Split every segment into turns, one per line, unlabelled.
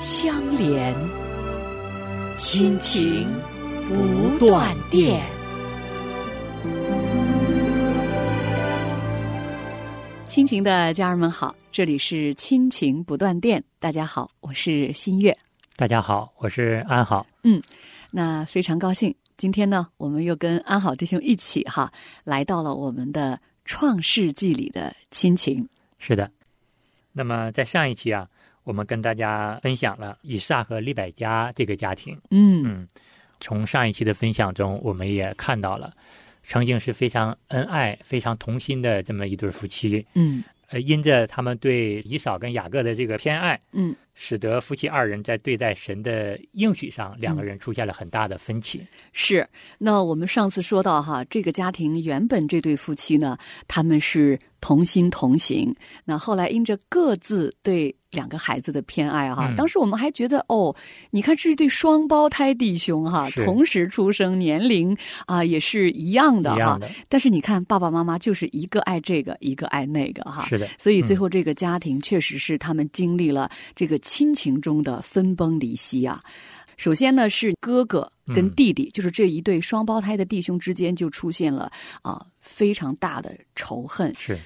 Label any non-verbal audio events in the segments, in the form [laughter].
相连，亲情不断电。亲情的家人们好，这里是亲情不断电。大家好，我是新月。
大家好，我是安好。
那非常高兴，今天呢，我们又跟安好弟兄一起哈，来到了我们的《创世纪》里的亲情。
是的，那么在上一期啊，我们跟大家分享了以撒和利百加这个家庭。
嗯
嗯，从上一期的分享中，我们也看到了，曾经是非常呃恩爱、非常同心的这么一对夫妻。
嗯
呃，因着他们对以扫跟雅各的这个偏爱，
嗯，
使得夫妻二人在对待神的应许上，两个人出现了很大的分歧。
是。那我们上次说到哈，这个家庭原本这对夫妻呢，他们是同心同行。那后来因着各自对两个孩子的偏爱哈，
嗯
当时我们还觉得哦，你看这是一对双胞胎弟兄哈，
是
同时出生，年龄啊、也嗯是啊一样的
一
哈
样。的，
但是你看，爸爸妈妈就是一个爱这个，一个爱那个哈。
是的，
所以最后这个家庭确实是他们经历了这个亲情中的分崩离析啊。首先呢是哥哥跟弟弟，就是这一对双胞胎的弟兄之间就出现了啊非常大的仇恨，
是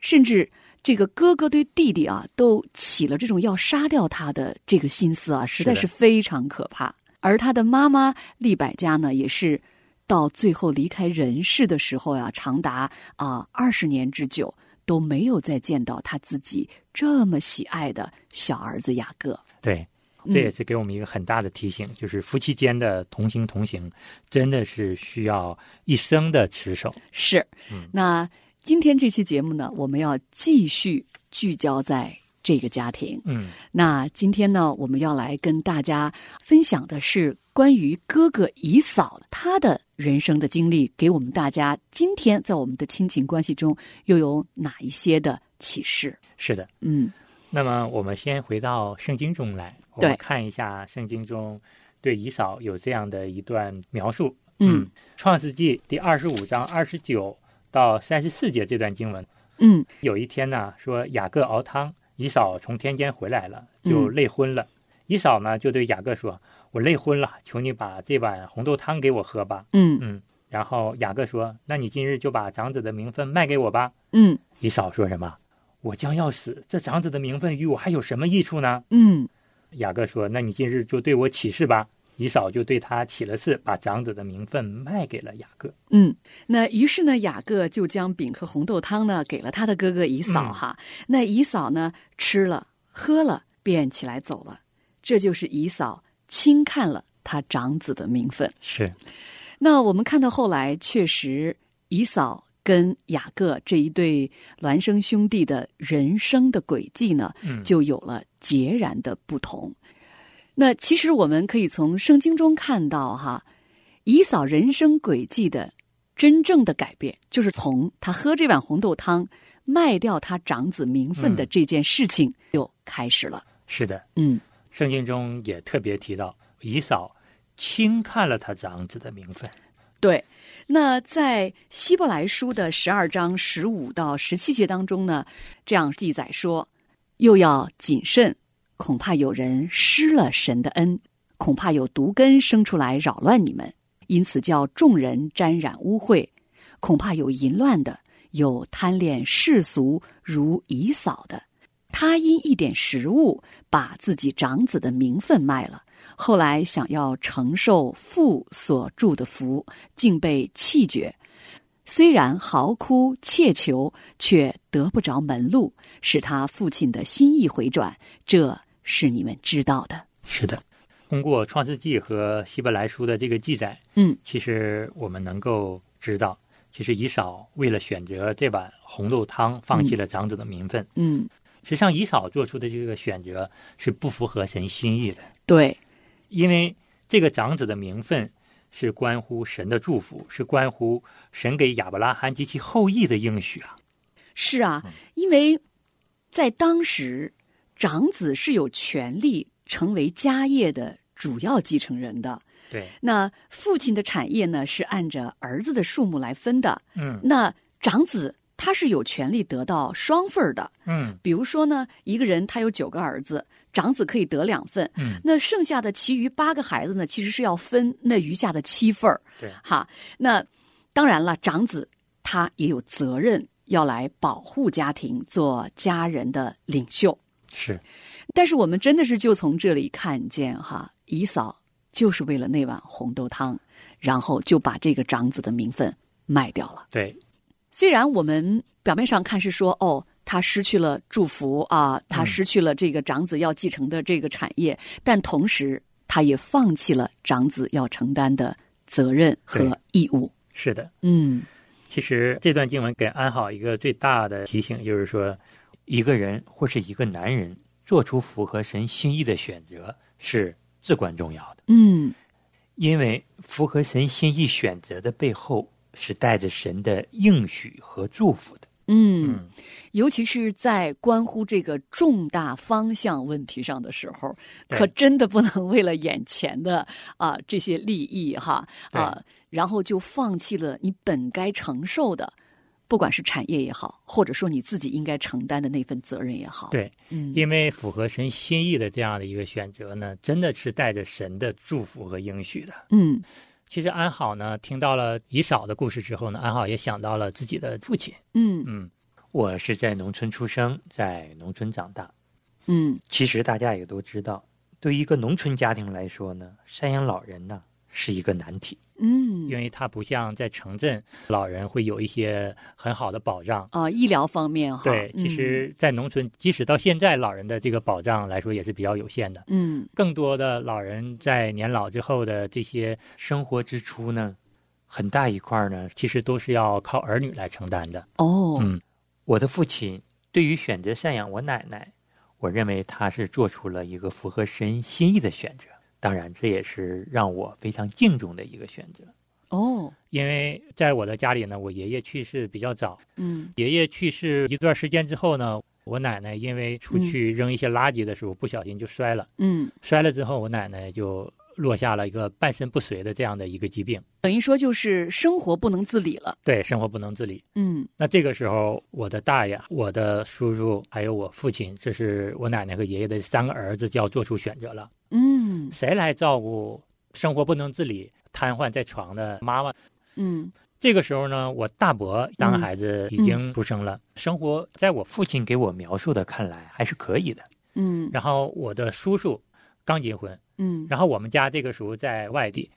甚至这个哥哥对弟弟啊都起了这种要杀掉他的这个心思啊，实在
是
是
的
非常可怕。而他的妈妈利百加呢，也是到最后离开人世的时候呀、长达啊二十年之久都没有再见到他自己这么喜爱的小儿子雅各。
对，
嗯
这也是给我们一个很大的提醒，就是夫妻间的同心同行，真的是需要一生的持守。
是，那今天这期节目呢，我们要继续聚焦在这个家庭。
嗯，
那今天呢，我们要来跟大家分享的是关于哥哥以扫他的人生的经历，给我们大家今天在我们的亲情关系中又有哪一些的启示？
是的。
嗯
那么我们先回到圣经中来，我
对
们看一下圣经中对以扫有这样的一段描述。
嗯，
创世纪第二十五章二十九到三十四节这段经文，
嗯
有一天呢，说雅各熬汤，以扫从天间回来了，就累昏了。以扫呢就对雅各说：“我累昏了，求你把这碗红豆汤给我喝吧。
嗯”
嗯，然后雅各说：“那你今日就把长子的名分卖给我吧。
嗯”
以扫说什么？我将要死，这长子的名分与我还有什么益处呢？
嗯
雅各说：“那你今日就对我起誓吧。”以扫就对他起了誓，把长子的名分卖给了雅各。
嗯。那于是呢，雅各就将饼和红豆汤呢给了他的哥哥以扫
嗯
哈。那以扫呢吃了喝了，便起来走了。这就是以扫轻看了他长子的名分。
是，
那我们看到后来，确实以扫跟雅各这一对孪生兄弟的人生的轨迹呢，
嗯，
就有了截然的不同。那其实我们可以从圣经中看到，哈，以扫人生轨迹的真正的改变，就是从他喝这碗红豆汤卖掉他长子名分的
嗯
这件事情就开始了。
是的。
嗯
圣经中也特别提到，以扫轻看了他长子的名分。
对，那在希伯来书的十二章十五到十七节当中呢，这样记载说：又要谨慎，恐怕有人失了神的恩，恐怕有毒根生出来扰乱你们，因此叫众人沾染污秽；恐怕有淫乱的，有贪恋世俗如以扫的，他因一点食物把自己长子的名分卖了。后来想要承受父所祝的福，竟被弃绝。虽然嚎哭切求，却得不着门路，使他父亲的心意回转。这是你们知道的。
是的，通过《创世纪》和希伯来书的这个记载，
嗯，
其实我们能够知道，其实以扫为了选择这碗红豆汤，放弃了长子的名分，
嗯
实际上，以扫做出的这个选择是不符合神心意的，
对，
因为这个长子的名分是关乎神的祝福，是关乎神给亚伯拉罕及其后裔的应许啊。
是啊，因为在当时，长子是有权利成为家业的主要继承人的。
对，
那父亲的产业呢，是按着儿子的数目来分的。
嗯
那长子他是有权利得到双份儿的。
嗯
比如说呢，一个人他有九个儿子，长子可以得两份，
嗯，
那剩下的其余八个孩子呢，其实是要分那余下的七份儿。
对
哈，那当然了，长子他也有责任要来保护家庭，做家人的领袖。
是
但是我们真的是就从这里看见哈，姨嫂就是为了那碗红豆汤，然后就把这个长子的名分卖掉了。
对，
虽然我们表面上看是说，哦，他失去了祝福啊，他失去了这个长子要继承的这个产业，但同时他也放弃了长子要承担的责任和义务。
是的。
嗯，
其实这段经文给安好一个最大的提醒，就是说，一个人或是一个男人做出符合神心意的选择是至关重要的，
嗯，
因为符合神心意选择的背后是带着神的应许和祝福的。
嗯，尤其是在关乎这个重大方向问题上的时候，
对
可真的不能为了眼前的啊这些利益哈啊，然后就放弃了你本该承受的，不管是产业也好，或者说你自己应该承担的那份责任也好。，
对，
嗯，
因为符合神心意的这样的一个选择呢，真的是带着神的祝福和应许的。
嗯，
其实安好呢，听到了以扫的故事之后呢，安好也想到了自己的父亲。
嗯，
嗯，我是在农村出生，在农村长大。
嗯，
其实大家也都知道，对于一个农村家庭来说呢，赡养老人呢是一个难题，因
嗯，
为它不像在城镇，老人会有一些很好的保障。
啊，医疗方面哈，
对，其实，在农村，即使到现在，老人的这个保障来说也是比较有限的。
嗯，
更多的老人在年老之后的这些生活支出呢，很大一块儿呢，其实都是要靠儿女来承担的。
嗯，哦，
嗯，我的父亲对于选择赡养我奶奶，我认为他是做出了一个符合神心意的选择。当然，这也是让我非常敬重的一个选择。
哦，
因为在我的家里呢，我爷爷去世比较早，
嗯，
爷爷去世一段时间之后呢，我奶奶因为出去扔一些垃圾的时候不小心就摔了，
嗯。
摔了之后，我奶奶就落下了一个半身不遂的这样的一个疾病，
等于说就是生活不能自理了，
对生活不能自理。
嗯
那这个时候，我的大爷、我的叔叔还有我父亲，这是我奶奶和爷爷的三个儿子，就要做出选择了，
嗯
谁来照顾生活不能自理、瘫痪在床的妈妈？
嗯
这个时候呢，我大伯当孩子已经出生了，生活在我父亲给我描述的看来还是可以的。
嗯
然后我的叔叔刚结婚，
嗯，
然后我们家这个时候在外地。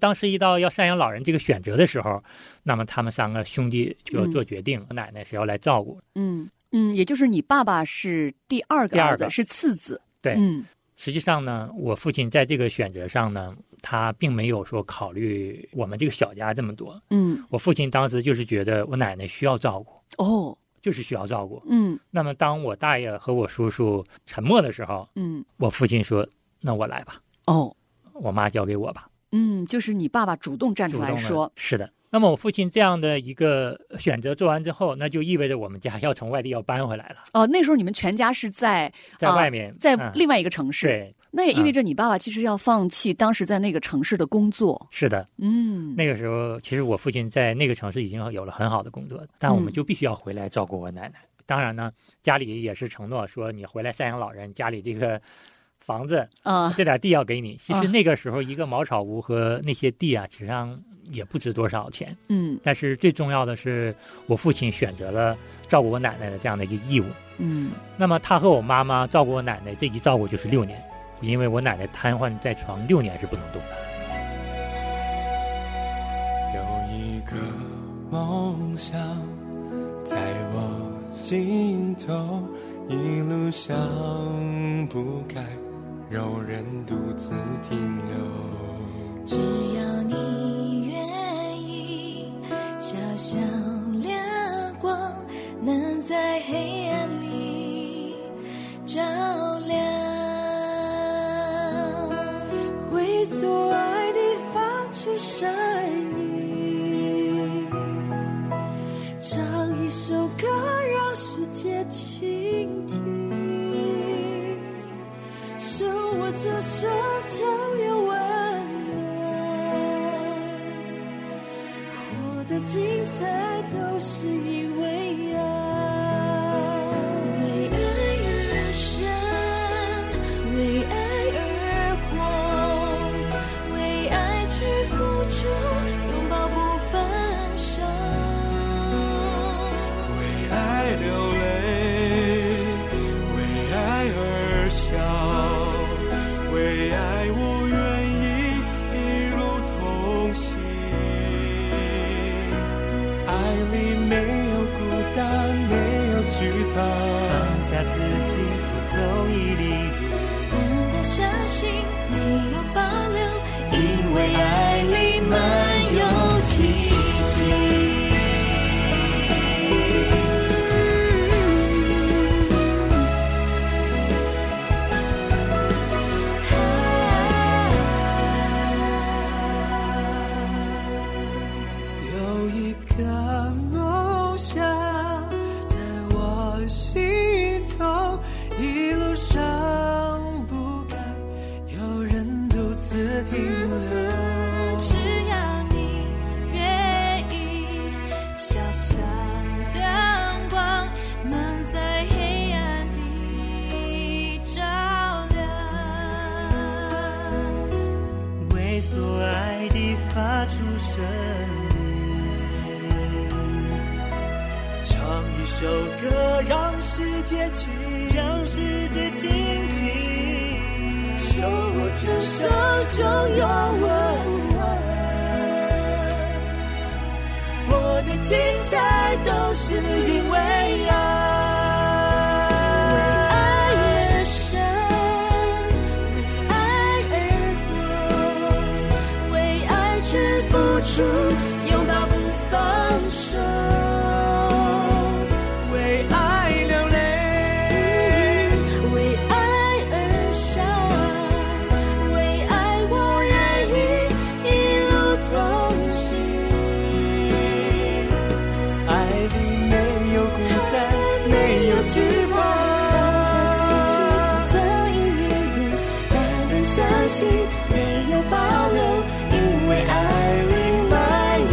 当时一到要赡养老人这个选择的时候，那么他们三个兄弟就要做决定，我奶奶是要来照顾。
嗯嗯，也就是你爸爸是第二
第
个
二
儿子，
个
是次子。
对
嗯
实际上呢，我父亲在这个选择上呢，他并没有说考虑我们这个小家这么多。
嗯，
我父亲当时就是觉得我奶奶需要照顾，
哦，
就是需要照顾。
嗯
那么当我大爷和我叔叔沉默的时候，
嗯，
我父亲说：“那我来吧，
哦，
我妈交给我吧。
嗯，就是你爸爸主动”站
主
出
动
来
地
说，
是的。那么我父亲这样的一个选择做完之后，那就意味着我们家要从外地要搬回来了，
哦、那时候你们全家是在
在
啊
外面，
在
嗯
另外一个城市，
对，嗯
那也意味着你爸爸其实要放弃当时在那个城市的工作。
是的。
嗯，
那个时候，其实我父亲在那个城市已经有了很好的工作，但我们
嗯
就必须要回来照顾我奶奶。当然呢，家里也是承诺说，你回来赡养老人，家里这个房子
啊、
这点地要给你。其实
啊
那个时候，一个茅草屋和那些地啊，实际上也不值多少钱。
嗯
但是最重要的是，我父亲选择了照顾我奶奶的这样的一个义务。
嗯
那么他和我妈妈照顾我奶奶，这一照顾就是六年，因为我奶奶瘫痪在床六年是不能动的。
有一个梦想，在我心头一路向不改，柔韧独自停留。
只要你愿意，小小亮光能在黑暗里
精彩都是因为
为
爱，
爱而生，为爱而活，为爱去付出，拥抱不放手。
为爱流泪，为爱而笑，为爱我愿意一路同行。爱里没有孤单，没有惧怕，放下自己，多走一里路。
难得相信没有保留，因为爱里漫有奇迹。
有一个梦想在我心头，一路上不该有人独自停留。
只要你愿意，小小亮光能在黑暗里照亮。
为所爱的发出声音，唱一首歌，让世界倾听，让世界倾听。手握着手中有温暖，我的精彩都是因为
为爱
爱。
而生，为爱而活，为爱去付出，拥抱不放手。
为爱流泪，
为爱而笑，为爱我愿意一路同行。
爱里没有孤单，没有惧
放下自己，
怕。
多走一里路，但敢相信，没有保留，因为爱里满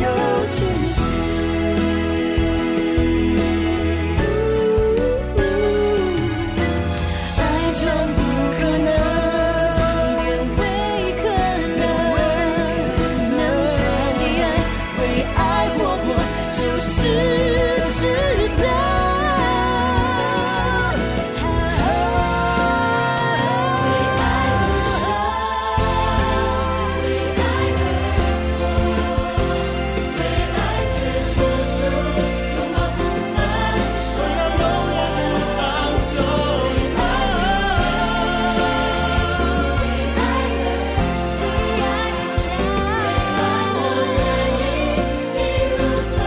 有奇迹。爱成不可能，愿为可能，能彻底爱，为爱活过，就是值得。为爱而生，为爱而活，为爱去付出，拥抱不放手，拥抱不放手。为爱而，为爱而生，为爱而笑，为爱我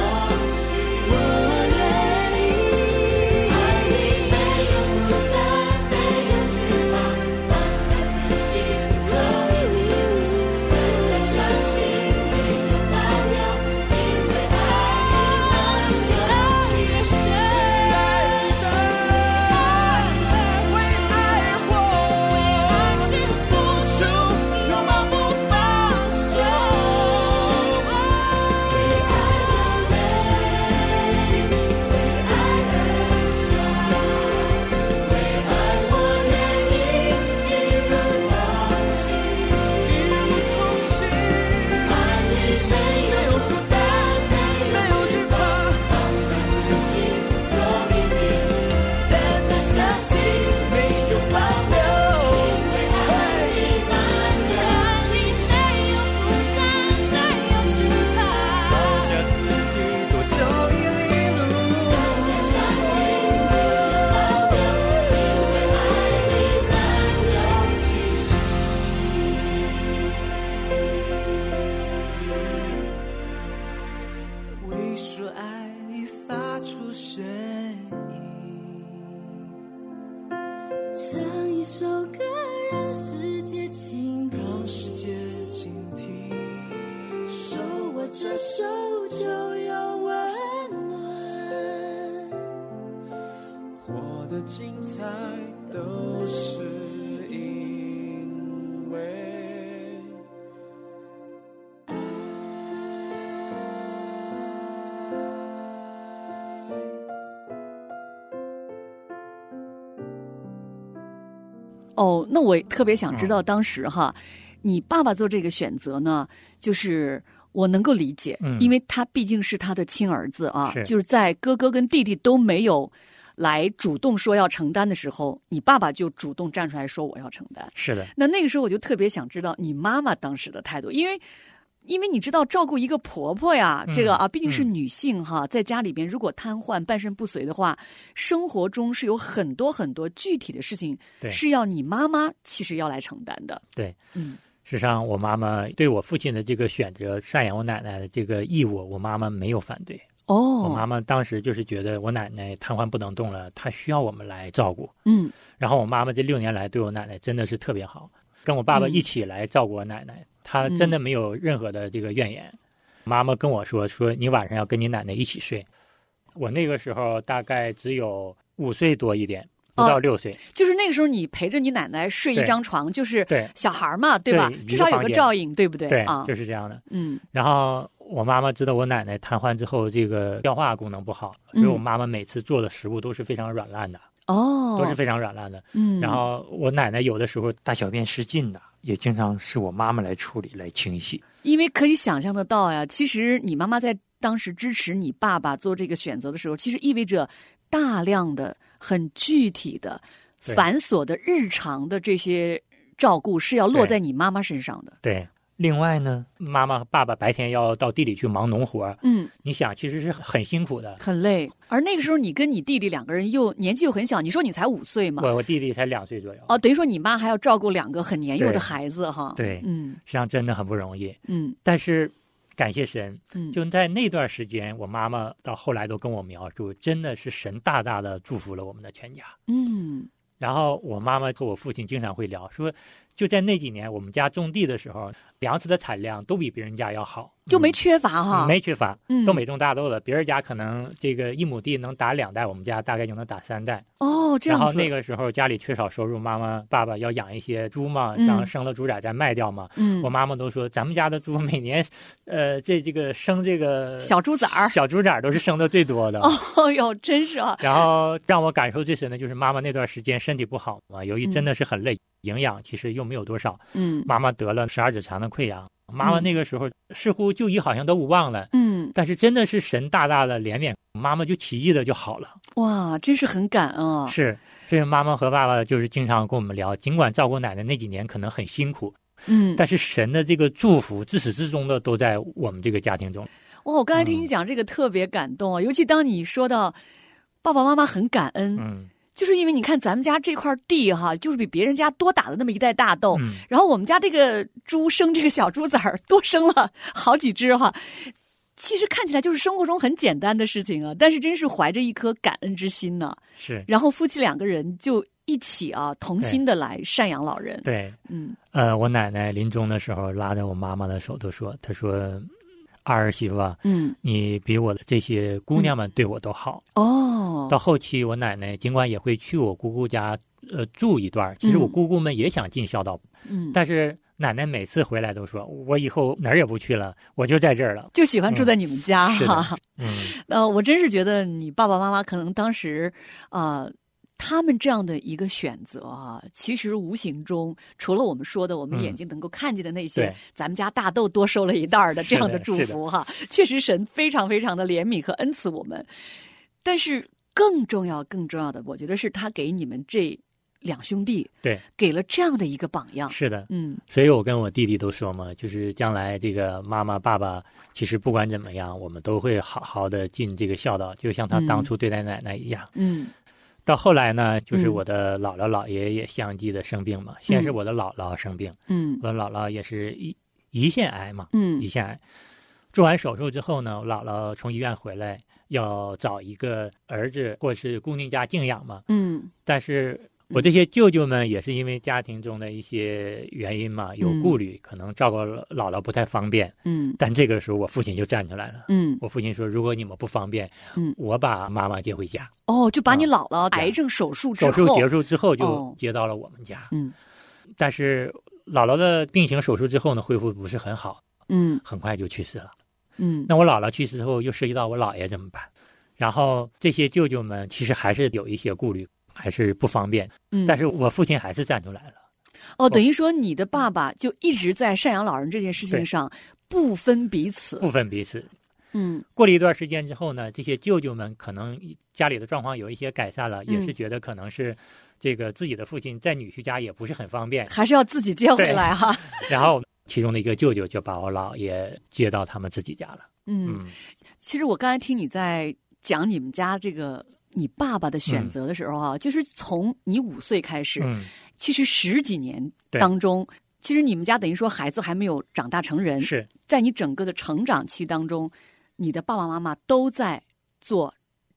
愿意一路同行，我愿意。爱里没有孤单，没有惧怕，放下自己，找一里路，勇敢相信，没有保留，因为爱里满有奇迹。为爱而活，为爱去付出，拥抱不放手。为爱流泪，为爱而笑，为爱我愿意一路同行，一路同行。爱里没有孤单，没有惧怕，放下自己，走一里路。真的相信没有保留，因为爱里满有爱里没有孤单，没有惧怕，放下自己，多走一里路。真的相信没有保留，因为爱里满有奇迹。
为说爱你发出声音，
唱一首歌，让世界倾听，
让世界倾听。
手握着手就有温暖。
活的精彩都是因为爱。
哦，那我特别想知
嗯
道当时哈，你爸爸做这个选择呢，就是我能够理解，
嗯
因为他毕竟是他的亲儿子啊，
是
就是在哥哥跟弟弟都没有来主动说要承担的时候，你爸爸就主动站出来说我要承担。
是的，
那那个时候我就特别想知道你妈妈当时的态度，因为。因为你知道照顾一个婆婆呀，
嗯
这个啊，毕竟是
嗯
女性哈，在家里边如果瘫痪、半身不遂的话，生活中是有很多很多具体的事情
对
是要你妈妈其实要来承担的。
对，
嗯，
事实上，我妈妈对我父亲的这个选择赡养我奶奶的这个义务，我妈妈没有反对。我
哦，
妈妈当时就是觉得我奶奶瘫痪不能动了，她需要我们来照顾。
嗯，
然后我妈妈这六年来对我奶奶真的是特别好，跟我爸爸
嗯
一起来照顾我奶奶，她真的没有任何的这个怨言。妈妈跟我说说你晚上要跟你奶奶一起睡。我那个时候大概只有五岁多一点，不到
哦
六岁。
就是那个时候你陪着你奶奶睡一
对
张床，就是
对
小孩儿嘛，对吧
对？
至少
一个
有
房
个
间
照应，对不对？
对，
啊，
就是这样的。
嗯
然后我妈妈知道我奶奶瘫痪之后，这个消化功能不好，所以我
嗯
妈妈每次做的食物都是非常软烂的，
哦，
都是非常软烂的。
嗯，
然后我奶奶有的时候大小便失禁的，也经常是我妈妈来处理来清洗。
因为可以想象得到呀，其实你妈妈在当时支持你爸爸做这个选择的时候，其实意味着大量的、很具体的、
对
繁琐的日常的这些照顾是要落
对
在你妈妈身上的。
对，另外呢，妈妈和爸爸白天要到地里去忙农活儿，
嗯，
你想其实是很辛苦的。
很累。而那个时候，你跟你弟弟两个人又年纪又很小，你说你才五岁嘛？
我我弟弟才两岁左右，
哦，等于说你妈还要照顾两个很年幼的
对
孩子哈。
对
嗯
实际上真的很不容易。
嗯
但是感谢神，
嗯，
就在那段时间，我妈妈到后来都跟我描述，真的是神大大的祝福了我们的全家。
嗯
然后我妈妈和我父亲经常会聊，说就在那几年我们家种地的时候，粮食的产量都比别人家要好，嗯
就没缺乏哈。
没缺乏
嗯，
都没种大豆的。别人家可能这个一亩地能打两袋，我们家大概就能打三袋。
哦，这
然
样
后
子。
那个时候家里缺少收入，妈妈爸爸要养一些猪嘛，
嗯
然后生了猪仔再卖掉嘛。
嗯
我妈妈都说咱们家的猪每年，呃，这这个生这个
小猪崽 [laughs] 儿
小猪崽儿都是生的最多的。
哦哟，真是啊。
[laughs] 然后让我感受最深的就是妈妈那段时间身体不好嘛，由于真的是很累，营养其实又没有多少，
嗯
妈妈得了十二指肠的溃疡。妈妈那个时候似乎就医好像都无望了，
嗯，
但是真的是神大大的怜悯，妈妈就奇异的就好了。
哇，真是很感恩啊。
是，所以妈妈和爸爸就是经常跟我们聊，尽管照顾奶奶那几年可能很辛苦，
嗯，
但是神的这个祝福自始至终的都在我们这个家庭中。
哇，我刚才
嗯
听你讲这个特别感动啊，尤其当你说到爸爸妈妈很感恩，
嗯
就是因为你看咱们家这块地哈，就是比别人家多打了那么一袋大豆，
嗯，
然后我们家这个猪生这个小猪崽儿多生了好几只哈。其实看起来就是生活中很简单的事情啊，但是真是怀着一颗感恩之心呢、
是
然后夫妻两个人就一起啊，同心的来赡养老人。
对。
嗯
呃，我奶奶临终的时候拉着我妈妈的手，都说：“她说，二儿媳妇啊，
嗯，
你比我的这些姑娘们对我都好。
哦，
到后期，我奶奶尽管也会去我姑姑家呃住一段儿，其实我
嗯
姑姑们也想尽孝道，
嗯，
但是奶奶每次回来都说：我以后哪儿也不去了，我就在这儿了。
就喜欢住在你们家
是
哈。
的，嗯，
呃，我真是觉得你爸爸妈妈可能当时，呃，他们这样的一个选择啊，其实无形中，除了我们说的我们
嗯
眼睛能够看见的那些，
对
咱们家大豆多收了一袋儿的这样
是的
祝
是的
福哈，确实神非常非常的怜悯和恩赐我们。但是更重要、更重要的，我觉得是他给你们这两兄弟
对，
给了这样的一个榜样。
是的。
嗯
所以我跟我弟弟都说嘛，就是将来这个妈妈、爸爸，其实不管怎么样，我们都会好好的尽这个孝道，就像他当初对待奶奶一样。
嗯
到后来呢，就是
嗯
我的姥姥、姥爷也相继的生病嘛。先是我的姥姥生病，
嗯
我的姥姥也是胰胰腺癌嘛，
嗯
胰腺癌。做完手术之后呢，我姥姥从医院回来，要找一个儿子或是姑娘家静养嘛。
嗯
但是我这些舅舅们也是因为家庭中的一些原因嘛，有顾虑，可能照顾姥姥不太方便。
嗯
但这个时候，我父亲就站出来了。
嗯，
我父亲说：“如果你们不方便，
嗯
我把妈妈接回家。
哦，就把你
啊
姥姥
对
癌症手术之
手
后，
术结束之后，
哦
就接到了我们家。
嗯
但是姥姥的病情手术之后呢，恢复不是很好，
嗯
很快就去世了。
嗯。
那我姥姥去世之后，又涉及到我姥爷怎么办？然后这些舅舅们其实还是有一些顾虑，还是不方便，
嗯，
但是我父亲还是站出来了。
哦，等于说你的爸爸就一直在赡养老人这件事情
对
上不分彼此，
不分彼此。
嗯
过了一段时间之后呢，这些舅舅们可能家里的状况有一些改善了，也
嗯
是觉得可能是这个自己的父亲在女婿家也不是很方便，
还是要自己接回来
[laughs]
哈、
然后其中的一个舅舅就把我姥爷接到他们自己家了。
嗯，
嗯，
其实我刚才听你在讲你们家这个你爸爸的选择的时候啊，就是从你五岁开始，
嗯
其实十几年
对
当中，其实你们家等于说孩子还没有长大成人，
是
在你整个的成长期当中，你的爸爸妈妈都在做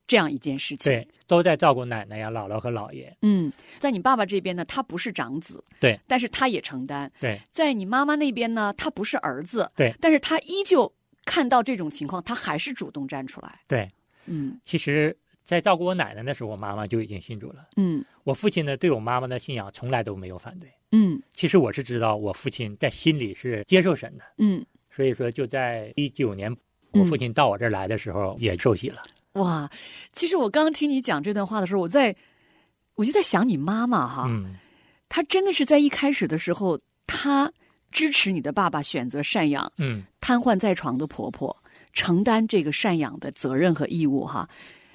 这样一件事情。
对，都在照顾奶奶呀、姥姥和姥爷。
嗯，在你爸爸这边呢，他不是长子，
对，
但是他也承担；
对，
在你妈妈那边呢，他不是儿子，
对，
但是他依旧看到这种情况，他还是主动站出来。
对，
嗯
其实，在照顾我奶奶的时候，我妈妈就已经信主了。
嗯
我父亲呢，对我妈妈的信仰从来都没有反对。
嗯
其实我是知道，我父亲在心里是接受神的，
嗯，
所以说就在一九年，
嗯
我父亲到我这儿来的时候也受洗了。
哇！其实我刚刚听你讲这段话的时候，我在我就在想你妈妈哈，
嗯，
她真的是在一开始的时候，她支持你的爸爸选择赡养
嗯，
瘫痪在床的婆婆承担这个赡养的责任和义务哈。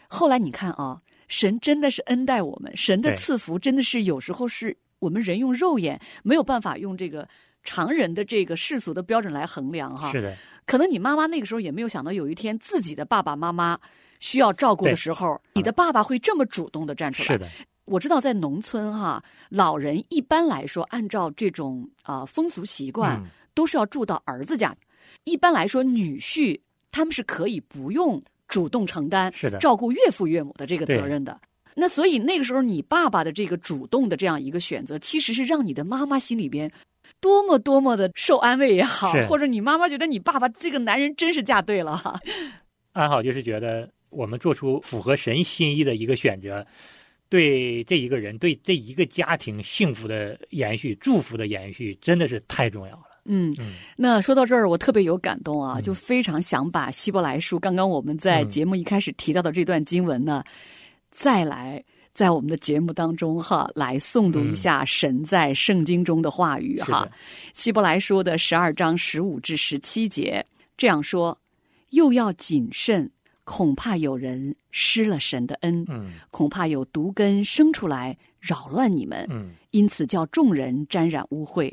后来你看啊，神真的是恩待我们，神的
对
赐福真的是有时候是我们人用肉眼没有办法用这个常人的这个世俗的标准来衡量哈。
是的，
可能你妈妈那个时候也没有想到，有一天自己的爸爸妈妈需要照顾的
对嗯
时候，你的爸爸会这么主动的站出来。
是的，
我知道在农村哈、老人一般来说按照这种啊、风俗习惯，
嗯
都是要住到儿子家。一般来说，女婿他们是可以不用主动承担
是的
照顾岳父岳母的这个责任的。那所以那个时候，你爸爸的这个主动的这样一个选择，其实是让你的妈妈心里边多么多么的受安慰也好
是，
或者你妈妈觉得你爸爸这个男人真是嫁对了哈。
安好就是觉得我们做出符合神心意的一个选择，对这一个人、对这一个家庭幸福的延续、祝福的延续，真的是太重要了。
嗯
嗯，
那说到这儿，我特别有感动啊，
嗯
就非常想把希伯来书刚刚我们在
嗯
节目一开始提到的这段经文呢，再来在我们的节目当中哈，来诵读一下神在圣经中的话语
嗯是
哈。
的，
希伯来说的十二章十五至十七节这样说：又要谨慎，恐怕有人失了神的恩，
嗯
恐怕有毒根生出来扰乱你们。
嗯，
因此叫众人沾染污秽，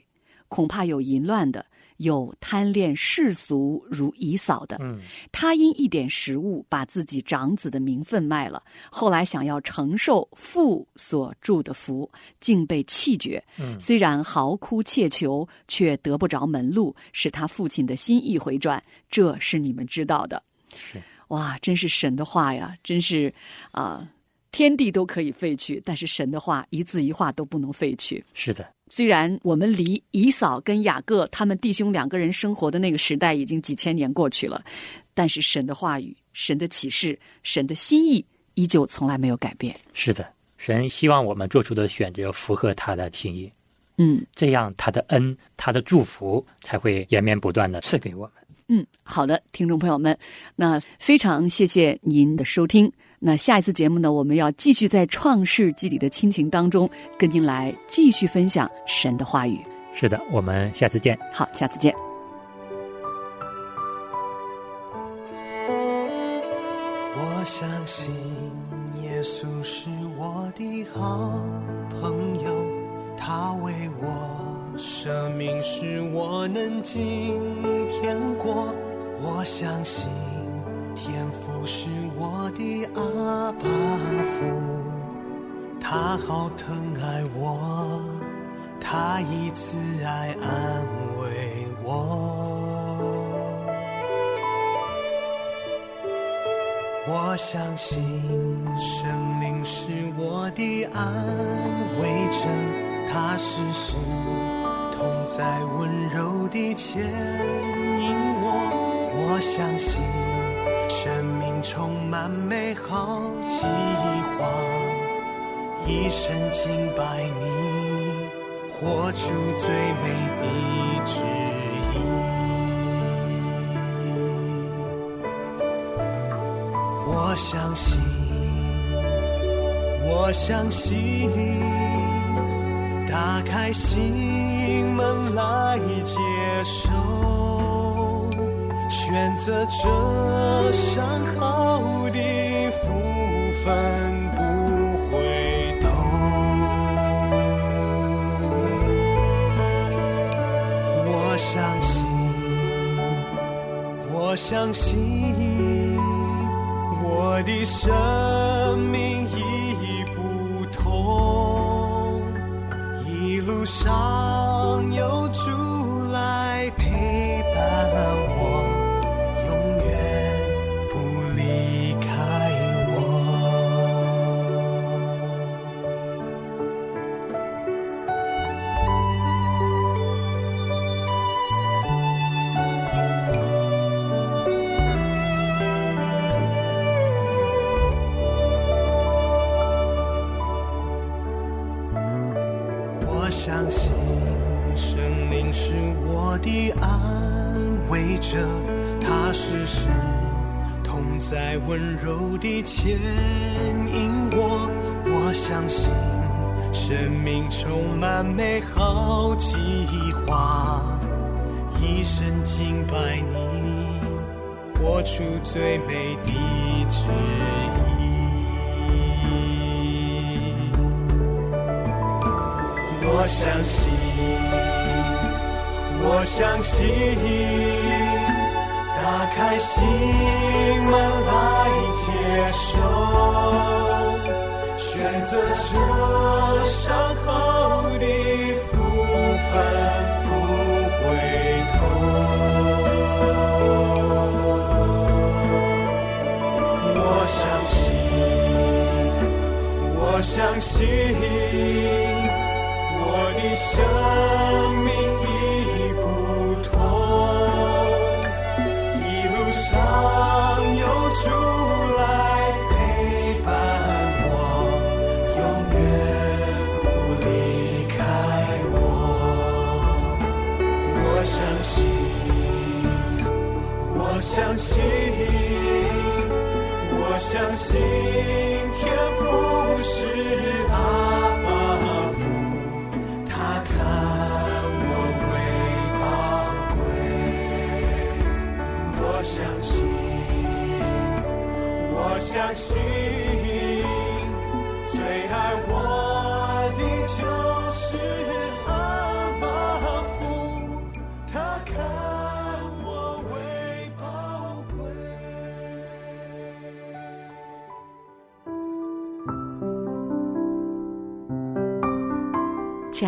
恐怕有淫乱的，有贪恋世俗如以扫的。
嗯，
他因一点食物把自己长子的名分卖了，后来想要承受父所祝的福，竟被弃绝。
嗯
虽然嚎哭切求，却得不着门路，使他父亲的心意回转。这是你们知道的。
是
哇，真是神的话呀！真是啊、天地都可以废去，但是神的话一字一画都不能废去。
是的，
虽然我们离以扫跟雅各他们弟兄两个人生活的那个时代已经几千年过去了，但是神的话语、神的启示、神的心意依旧从来没有改变。
是的，神希望我们做出的选择符合他的心意，
嗯
这样他的恩、他的祝福才会延绵不断的赐给我们。
嗯，好的，听众朋友们，那非常谢谢您的收听。那下一次节目呢，我们要继续在创世纪里的亲情当中跟您来继续分享神的话语。
是的，我们下次见。
好，下次见。
我相信耶稣是我的好朋友，他为我舍命，使我能进天国。我相信天父是我的阿爸父，他好疼爱我，他以慈爱安慰我。我相信生命是我的安慰者，它时时同在温柔地牵引我。我相信生命充满美好计划，一生敬拜你，活出最美的旨意。我相信我相信，打开心门来接受，选择这上好的福分不回头。我相信，我相信，我的生命已不同，一路上有主来陪伴我，永远不离开我。我相信神灵是我的安慰者，他时时同在，温柔地牵引我。我相信生命充满美好计划，一生敬拜你，活出最美的旨意。我相信，我相信，打开心门来接受，选择这伤口的福分不回头。我相信，我相信。我的生命已不同，一路上有主来陪伴我，永远不离开我。我相信，我相信，我相信天赋是阿爸父。他看我为宝贵，我相信，我相信，最爱我的就是阿爸父，他看我为宝贵。
亲